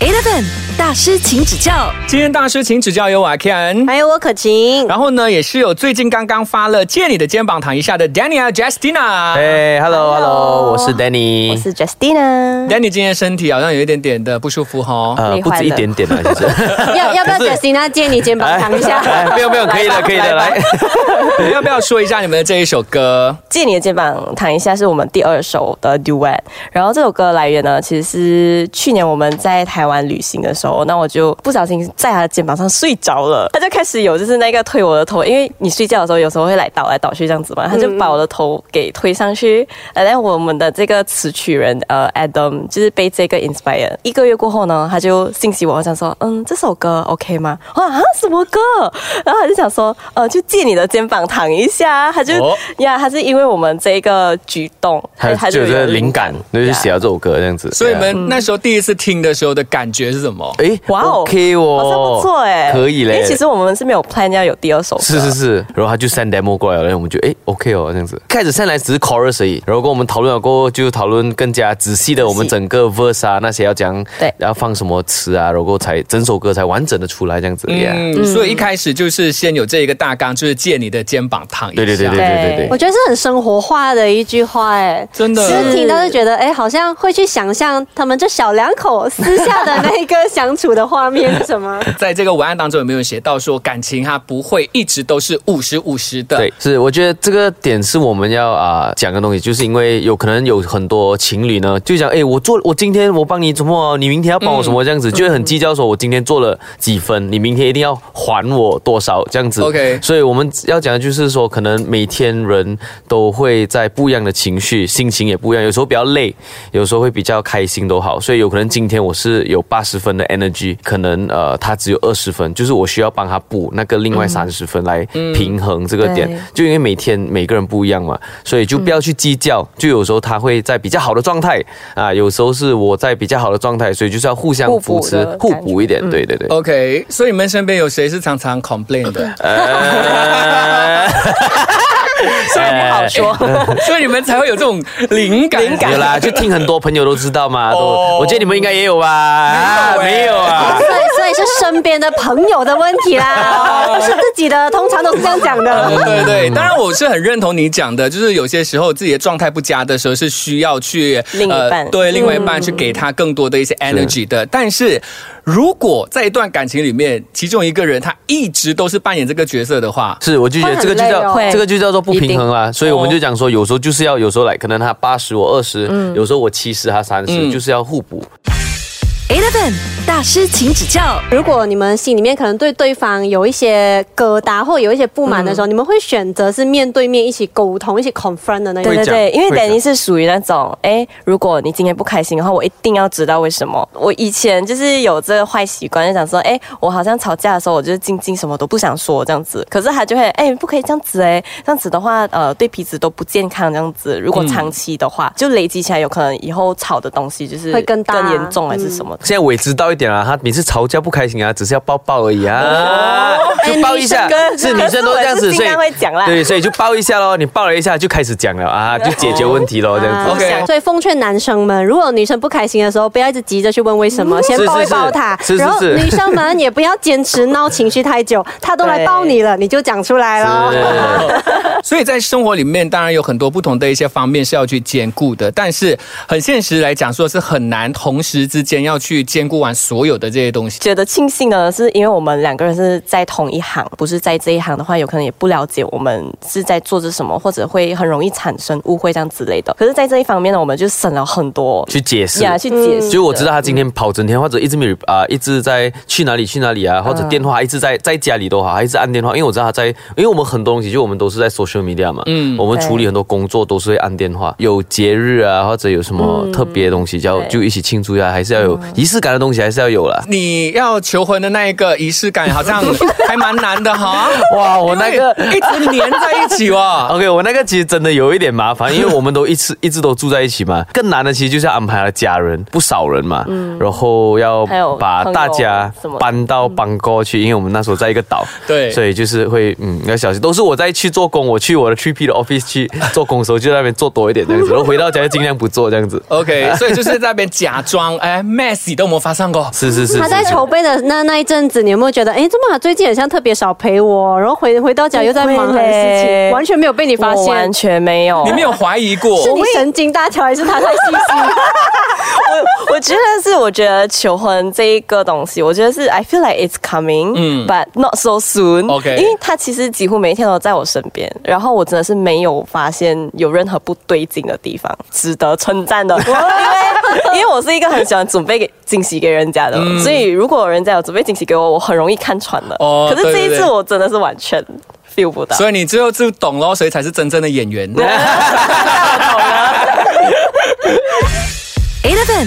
Eleven 大师，请指教。今天大师请指教有瓦 Ken，还有我可 晴，然后呢也是有最近刚刚发了《借你的肩膀躺一下》的 Daniel Justina。哎、h e l l o Hello，我是 Danny，我是 Justina。 Danny 今天身体好像有一点点的不舒服哈、呃累坏不止一了点点了，就是 要要不要可是 Justina 借你肩膀躺一下？哎，不用不用，可以的可以的，来， 要不要说一下你们的这一首歌？借你的肩膀躺一下是我们第二首的 duet，然后这首歌来源呢，其实是去年我们在台湾旅行的时候，那我就不小心在他的肩膀上睡着了，他就开始有就是那个推我的头，因为你睡觉的时候有时候会来倒来倒去这样子嘛，他就把我的头给推上去，呃，但我们的这个词曲人呃 Adam 就是被这个 inspire，一个月过后呢，他就信息我，我想说，嗯，这首歌 OK 吗？哇啊，什么歌？然后他就想说，呃，就借你的肩膀躺一下，他就。哦 呀他是因为我们这个举动，哎他就有这个灵感，就是呀写到这首歌这样子。所以你对啊们那时候第一次听的时候的感觉是什么？哎，哇哦 o k 哦，好像不错哎，可以因嘞。为其实我们是没有 plan 要有第二首歌，是是是，然后他就 send demo 过来了，然后我们就哎 OK 哦这样子。开始上来只是 chorus 而已，然后跟我们讨论了过后，就讨论更加仔细的我们整个 verse 啊那些要讲，对要放什么词啊，然后才整首歌才完整的出来这样子。嗯，嗯，所以一开始就是先有这一个大纲，就是借你的肩膀躺一下。对对对对对对我对。觉得是很生活化的一句话，哎，真的就是嗯听到就觉得，哎，好像会去想象他们这小两口私下的那个相处的画面是 什么。在这个文案当中有没有写到说感情它不会一直都是五十五十的？对，是，我觉得这个点是我们要啊、讲的东西，就是因为有可能有很多情侣呢，就讲，哎，我做，我今天我帮你什么，你明天要帮我什么，这样子，就会很计较，说我今天做了几分，你明天一定要还我多少，这样子。 OK 所以我们要讲的就是说，可能每天人都会在不一样的情绪，心情也不一样，有时候比较累，有时候会比较开心都好。所以有可能今天我是有八十分的 energy，可能呃他只有二十分，就是我需要帮他补那个另外三十分来平衡这个点。嗯对就因为每天每个人不一样嘛，所以就不要去计较。嗯就有时候他会在比较好的状态啊，有时候是我在比较好的状态，所以就是要互相互补扶持的、互感嗯补一点。对 对对。 OK，所以你们身边有谁是常常 complain 的？呃虽哎然不好说， 所以你们才会有这种灵感。灵感有啦，就听很多朋友都知道嘛。都哦我觉得你们应该也有吧？啊没没有欸有啊。 所以，所以是身边的朋友的问题啦， 不是自己的，通常都是这样讲的。 对对对，当然我是很认同你讲的，就是有些时候自己的状态不佳的时候，是需要去呃另一半嗯对另外一半去给他更多的一些 energy 的。但是如果在一段感情里面，其中一个人他一直都是扮演这个角色的 话，是，我就觉得这个就会叫、很累哦这个就叫做不平衡啦，所以我们就讲说，有时候就是要有时候来，可能他八十我二十、嗯有时候我七十他三十、嗯就是要互补。 Eleven 大师，请指教。如果你们心里面可能对对方有一些疙瘩或有一些不满嗯的时候，你们会选择是面对面一起沟通、一起 confront 的那一种对对讲对，因 为会讲 Danny 是属于那种，哎，如果你今天不开心的话，我一定要知道为什么。我以前就是有这个坏习惯，就想说，哎，我好像吵架的时候，我就是静静什么都不想说这样子。可是他就会，哎，不可以这样子，哎，这样子的话，呃，对彼此都不健康这样子。如果长期的嗯话，就累积起来，有可能以后吵的东西就是会更大更严重还是什么的。现在我也知道一点啊，他每次吵架不开心啊，只是要抱抱而已啊，哦就抱一下哎女生，跟是女生都这样 可是子，我是所以尽量会讲啦对，所以就抱一下咯，你抱了一下就开始讲了啊，就解决问题咯，这样啊子。 OK 所以奉劝男生们，如果女生不开心的时候，不要一直急着去问为什么，先是抱一是抱她。是是然后是女生们也不要坚持闹情绪太久，她都来对抱你了，你就讲出来哦了。所以在生活里面，当然有很多不同的一些方面是要去兼顾的，但是很现实来讲，说是很难同时之间要去兼顾完所有的这些东西。觉得庆幸的是，因为我们两个人是在同一行，不是在这一行的话，有可能也不了解我们是在做着什么，或者会很容易产生误会这样之类的。可是，在这一方面呢，我们就省了很多去解释。呀，去解释。就我知道他今天跑整天，或者一直没有啊、一直在去哪里去哪里啊，或者电话一直在在家里都好，他一直按电话，因为我知道他在，因为我们很多东西就我们都是在 social media 嘛，嗯，我们处理很多工作都是会按电话，有节日啊或者有什么特别的东西就要对就一起庆祝一下，还是要有仪式感的东西还是要有啦。你要求婚的那一个仪式感，好像还蛮难的 哈。哇，我那个。因为一直粘在一起哦。 OK，我那个其实真的有一点麻烦，因为我们都一直 一直都住在一起嘛。更难的其实就是要安排了家人，不少人嘛，然后要还有把朋友大家什么的搬到邦哥去，因为我们那时候在一个岛，对所以就是会嗯要小心。都是我在去做工，我去我的 t P 的 office 去做工的时候，就在那边做多一点这样子，然后回到家就尽量不做这样子。 OK，所以就是在那边假装哎，messy 都没发生过。哦，是是是，他在是是筹备的那那一阵子，你有没有觉得，哎，怎么他最近好像特别少陪我？然后回回到家又在忙不很会多事嘞情，完全没有被你发我完现。全没有，你没有怀疑过是？你神经大条，还是他太细 心？我觉得是，我觉得求婚这一个东西，我觉得是 I feel like it's coming，嗯嗯，but not so soon。 OK 因为他其实几乎每一天都在我身边，然后我真的是没有发现有任何不对劲的地方，值得称 赞的。因为因为我是一个很喜欢准备给惊喜给人家的，嗯所以如果人家有准备惊喜给我，我很容易看穿的。哦可是这对一对对次我真的是完全 feel 不到。所以你最后就懂咯，谁才是真正的演员？ Eleven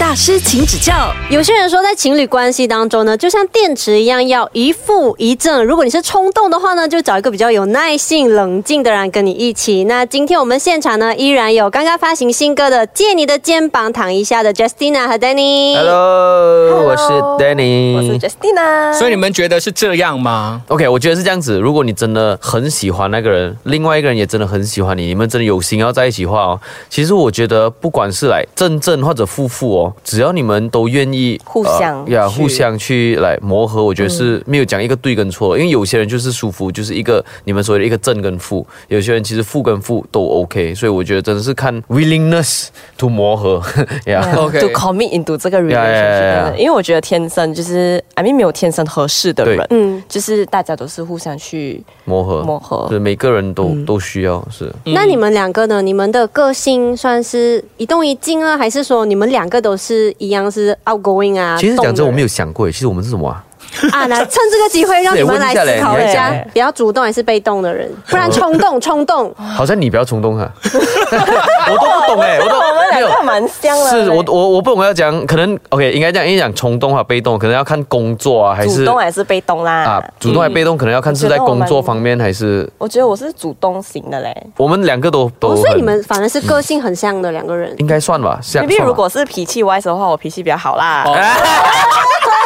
大师，请指教。有些人说，在情侣关系当中呢，就像电池一样，要一负一正。如果你是冲动的话呢，就找一个比较有耐性、冷静的人跟你一起。那今天我们现场呢，依然有刚刚发行新歌的《借你的肩膀躺一下》的 Justina 和 Danny。 Hello，我是我是 Danny。 Justina，嗯所以你们觉得是这样吗？ OK，我觉得是这样子。如果你真的很喜欢那个人，另外一个人也真的很喜欢你，你们真的有心要在一起的话哦，其实我觉得不管是来正正或者负负哦，只要你们都愿意呃互相呀、去互相去来磨合，我觉得是没有讲一个对跟错，因为有些人就是舒服，就是一个你们所谓的一个正跟负，有些人其实负跟负都 OK，所以我觉得真的是看 willingness to 磨合 呀。 OK to commit into 这个 yeah, yeah. relationship，因为我觉得天生就是，I mean 没有天生合适的人对，嗯嗯，就是大家都是互相去磨合，磨合嗯对每个人都、都需要是。那你们两个呢？你们的个性算是一动一静啊，还是说你们两个都是一样是 outgoing 啊？其实讲真，我没有有想过耶，其实我们是什么啊？啊，那趁这个机会让你们来思考对问一一下下嘞你还，比较主动还是被动的人，不然冲动冲动。好像你比较冲动哈、我都不懂哎，我都我们没两有。个蛮像的。是我我我不懂我要讲，可能 OK 应该讲，因为讲冲动啊、被动，可能要看工作啊还主是动还是被动啦啊？主动还被动，可能要看是在工作我觉得我们方面还是我觉得我是主动型的嘞。我们两个都都哦，很、所以你们反而是个性很像的两个人。应该算吧，像 maybe 算吧如果是脾气 wise 的话，我脾气比较好啦， 哦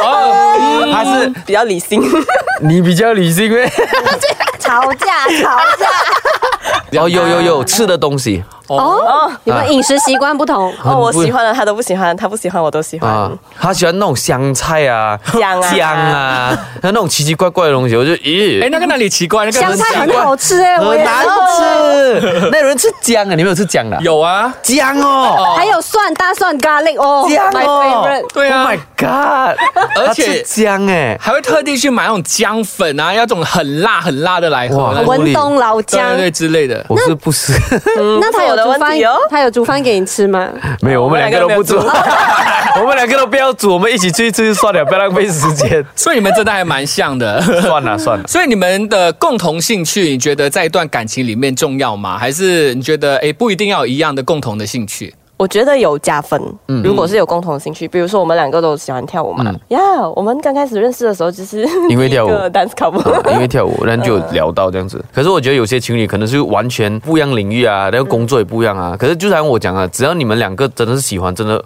哦，他是 比较理性。你比较理性呗。吵架，吵架。哦，有有有吃的东西哦，你们饮食习惯不同。很哦，不我喜欢的他都不喜欢，他不喜欢我都喜欢啊。，他喜欢那种香菜啊、姜啊姜啊，那种奇奇怪怪的东西，我就咦。哎，那个哪里奇怪？那个香菜很很奇怪好吃哎，我很也难吃。那有人吃姜啊？你们有吃姜的啊？有啊，姜哦。还有蒜、大蒜、garlic 哦姜，my 哦 favorite。对啊 Oh my god！而 而且且姜哎，还会特地去买那种姜粉啊，要这种很辣很辣的来喝哇，来我文东老对对姜，对之类的。我是 不吃，那他有是我的煮问饭题哦，他有煮饭给你吃吗？没有，我们两个都不煮，我们 我们两个都不要煮，我们一起去吃算了，不要浪费时间，所以你们真的还蛮像的。 算了算了。所以你们的共同兴趣，你觉得在一段感情里面重要吗？还是你觉得诶不一定要有一样的共同的兴趣？我觉得有加分。嗯如果是有共同兴趣，比如说我们两个都喜欢跳舞嘛，呀、我们刚开始认识的时候就是因为跳舞 啊一个 dance couple，、因为跳舞，那就有聊到这样子。 可是我觉得有些情侣可能是完全不一样领域啊，然后工作也不一样啊。可是就像我讲啊，只要你们两个真的是喜欢，真的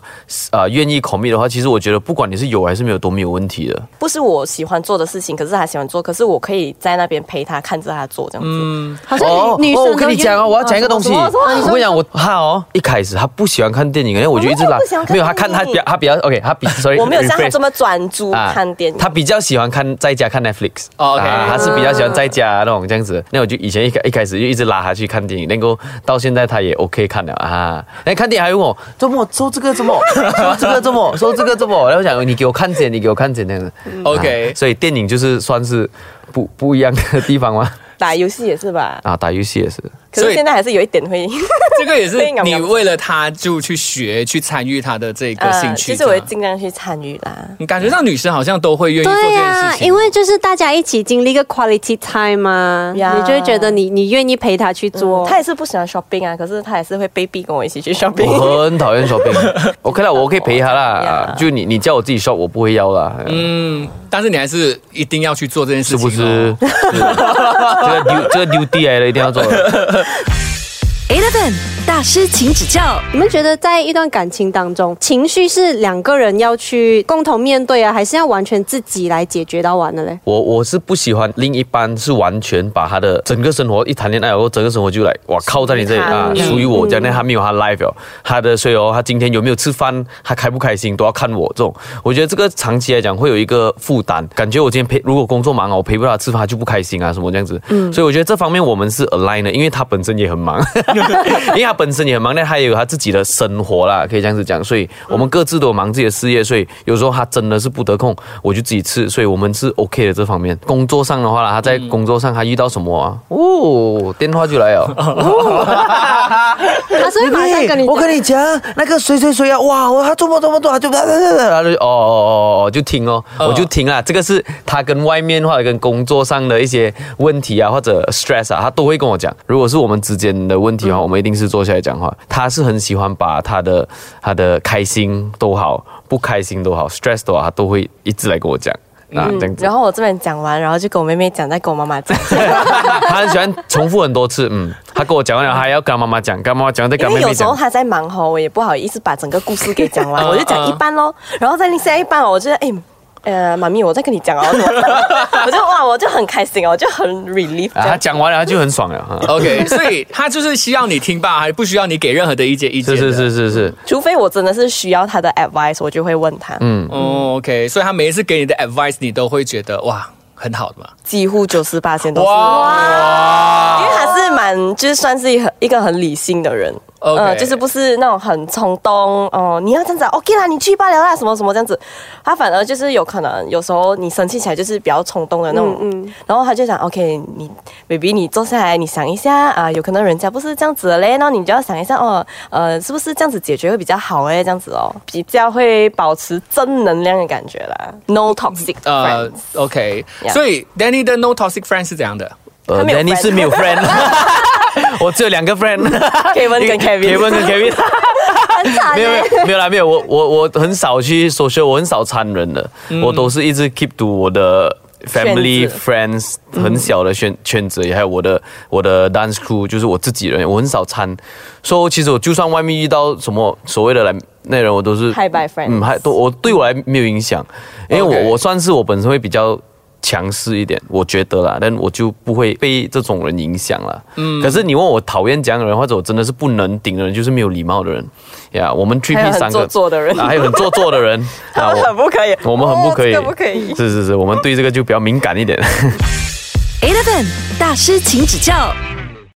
啊、呃愿意 commit 的话，其实我觉得不管你是有还是没有都没有问题的。不是我喜欢做的事情，可是他喜欢做，可是我可以在那边陪他，看着他做这样子。好像女女哦，生我跟你讲哦，我要讲一个东西。什么什么什么哦我跟你讲，我他哦，一开始他不喜欢看电影，因为我就一直拉我没有不喜欢，看没有他看他比较他比较 OK，他比 sorry，我没有像他 rephrase 这么专注看电啊影。他比较喜欢看在家看 Netflix，啊哦，OK 他是比较喜欢在家那种这样子。那我就以前一开一开始就一直拉他去看电影，能够到现在他也 OK 看了啊。那看电影还问我周末收这个 周末收这个周末收这个周末，然后我讲你给我看见，你给我看见那样子。 OK 啊所以电影就是算是不不一样的地方吗？打游戏也是吧，啊，打游戏也是。可所以是现在还是有一点会。这个也是对你为了他就去学去参与他的 这个兴趣。其实呃我会尽量去参与啦。你感觉到女生好像都会愿意做这对件事呀，情，哦因为就是大家一起经历一个 quality time 嘛，你呀嗯就会觉得你你愿意陪他去做。他也是不喜欢 shopping 啊，可是他也是会被逼跟我一起去 shopping。我很讨厌 shopping。OK 啦，我可以陪他啦。啊 Yeah 就你你叫我自己 shop，我不会要啦。嗯，但是你还是一定要去做这件事是情、不是？是啊这个丢这个丢地来了，一定要做的。 Eleven 大大师，请指教。你们觉得在一段感情当中，情绪是两个人要去共同面对啊，还是要完全自己来解决到完的 嘞？我我是不喜欢另一半是完全把他的整个生活一谈恋爱，我整个生活就来哇靠在你这里啊，嗯属于我这样，但他没有他 life 哦，他的所以哦，他今天有没有吃饭，他开不开心都要看我这种，我觉得这个长期来讲会有一个负担，感觉我今天陪如果工作忙啊，我陪不到他吃饭他就不开心啊什么这样子，所以我觉得这方面我们是 align 的，因为他本身也很忙，因为他本身也很忙，但他也有他自己的生活啦，可以这样子讲，所以我们各自都有忙自己的事业，所以有时候他真的是不得空，我就自己吃，所以我们是 OK 的这方面。工作上的话啦，他在工作上他遇到什么啊？哦，电话就来了，他是会马上跟你我跟你讲，那个谁谁谁啊，哇，我他做么多么多，他就他就哦哦哦哦，就听哦，我就听啊，这个是他跟外面或者跟工作上的一些问题啊，或者 stress 啊，他都会跟我讲。如果是我们之间的问题的话，我们一定是坐下来讲话。他是很喜欢把他的他的开心都好，不开心都好，stress 都好，他都会一直来跟我讲。啊，这样子然，后我这边讲完，然后就跟我妹妹讲，再跟我妈妈讲，他很喜欢重复很多次，嗯，他跟我讲完了，还要跟他妈妈讲，跟他妈妈讲，再跟他因为妹有妹时讲候。她在忙吼，我也不好意思把整个故事给讲完，嗯我就讲一半咯，然后在另下一半哦，我觉得哎。呃，妈咪，我在跟你讲啊，我怎么办 我就哇，我就很开心哦，我就很 relief 这啊，样他讲完了，他就很爽了。啊 OK，所以他就是需要你听吧，还不需要你给任何的意见意见是的。是是是是，除非我真的是需要他的 advice，我就会问他，哦，OK，所以他每一次给你的 advice，你都会觉得哇，很好的嘛。几乎九十八都是，因哇为他是蛮就是算是很一个很理性的人。呃 OK 就是不是那种很冲动哦、你要这样子啊，OK 啦，你去罢了啦，什么什么这样子，他反而就是有可能有时候你生气起来就是比较冲动的那种，嗯然后他就想 OK，你 baby 你坐下来，你想一下啊、有可能人家不是这样子的嘞，然后你就要想一下哦，呃，是不是这样子解决会比较好哎，这样子哦，比较会保持正能量的感觉啦，no toxic 呃 friends，、 ，OK， Yeah 所以 Danny 的 No Toxic Friend 是怎样的？呃他没有 Danny friend 是没有 friend，我只有两个 friend， Kevin 跟 Kevin 啊 Kevin 跟 Kevin，没有没有没有啦，没有，我我我很少去 social，我很少参人的，我都是一直 keep to 我的。family 嗯圈子嗯 friends 很小的圈圈子，也还有我的我的 dance crew，就是我自己人，我很少参。所以其实我就算外面遇到什么所谓的来那人，我都是 Hi bye friends 嗯，还都我对我来没有影响，因为我 OK 我算是我本身会比较强势一点，我觉得啦，但我就不会被这种人影响啦。嗯，可是你问我讨厌怎样的人，或者我真的是不能顶的人，就是没有礼貌的人呀。我们 t r 还 p 有很三个做作的人啊还有很做作的 人啊，很不可以，我们很不可以，哦这个不可以。是是是，我们对这个就比较敏感一点。 Eleven 大师，请指教。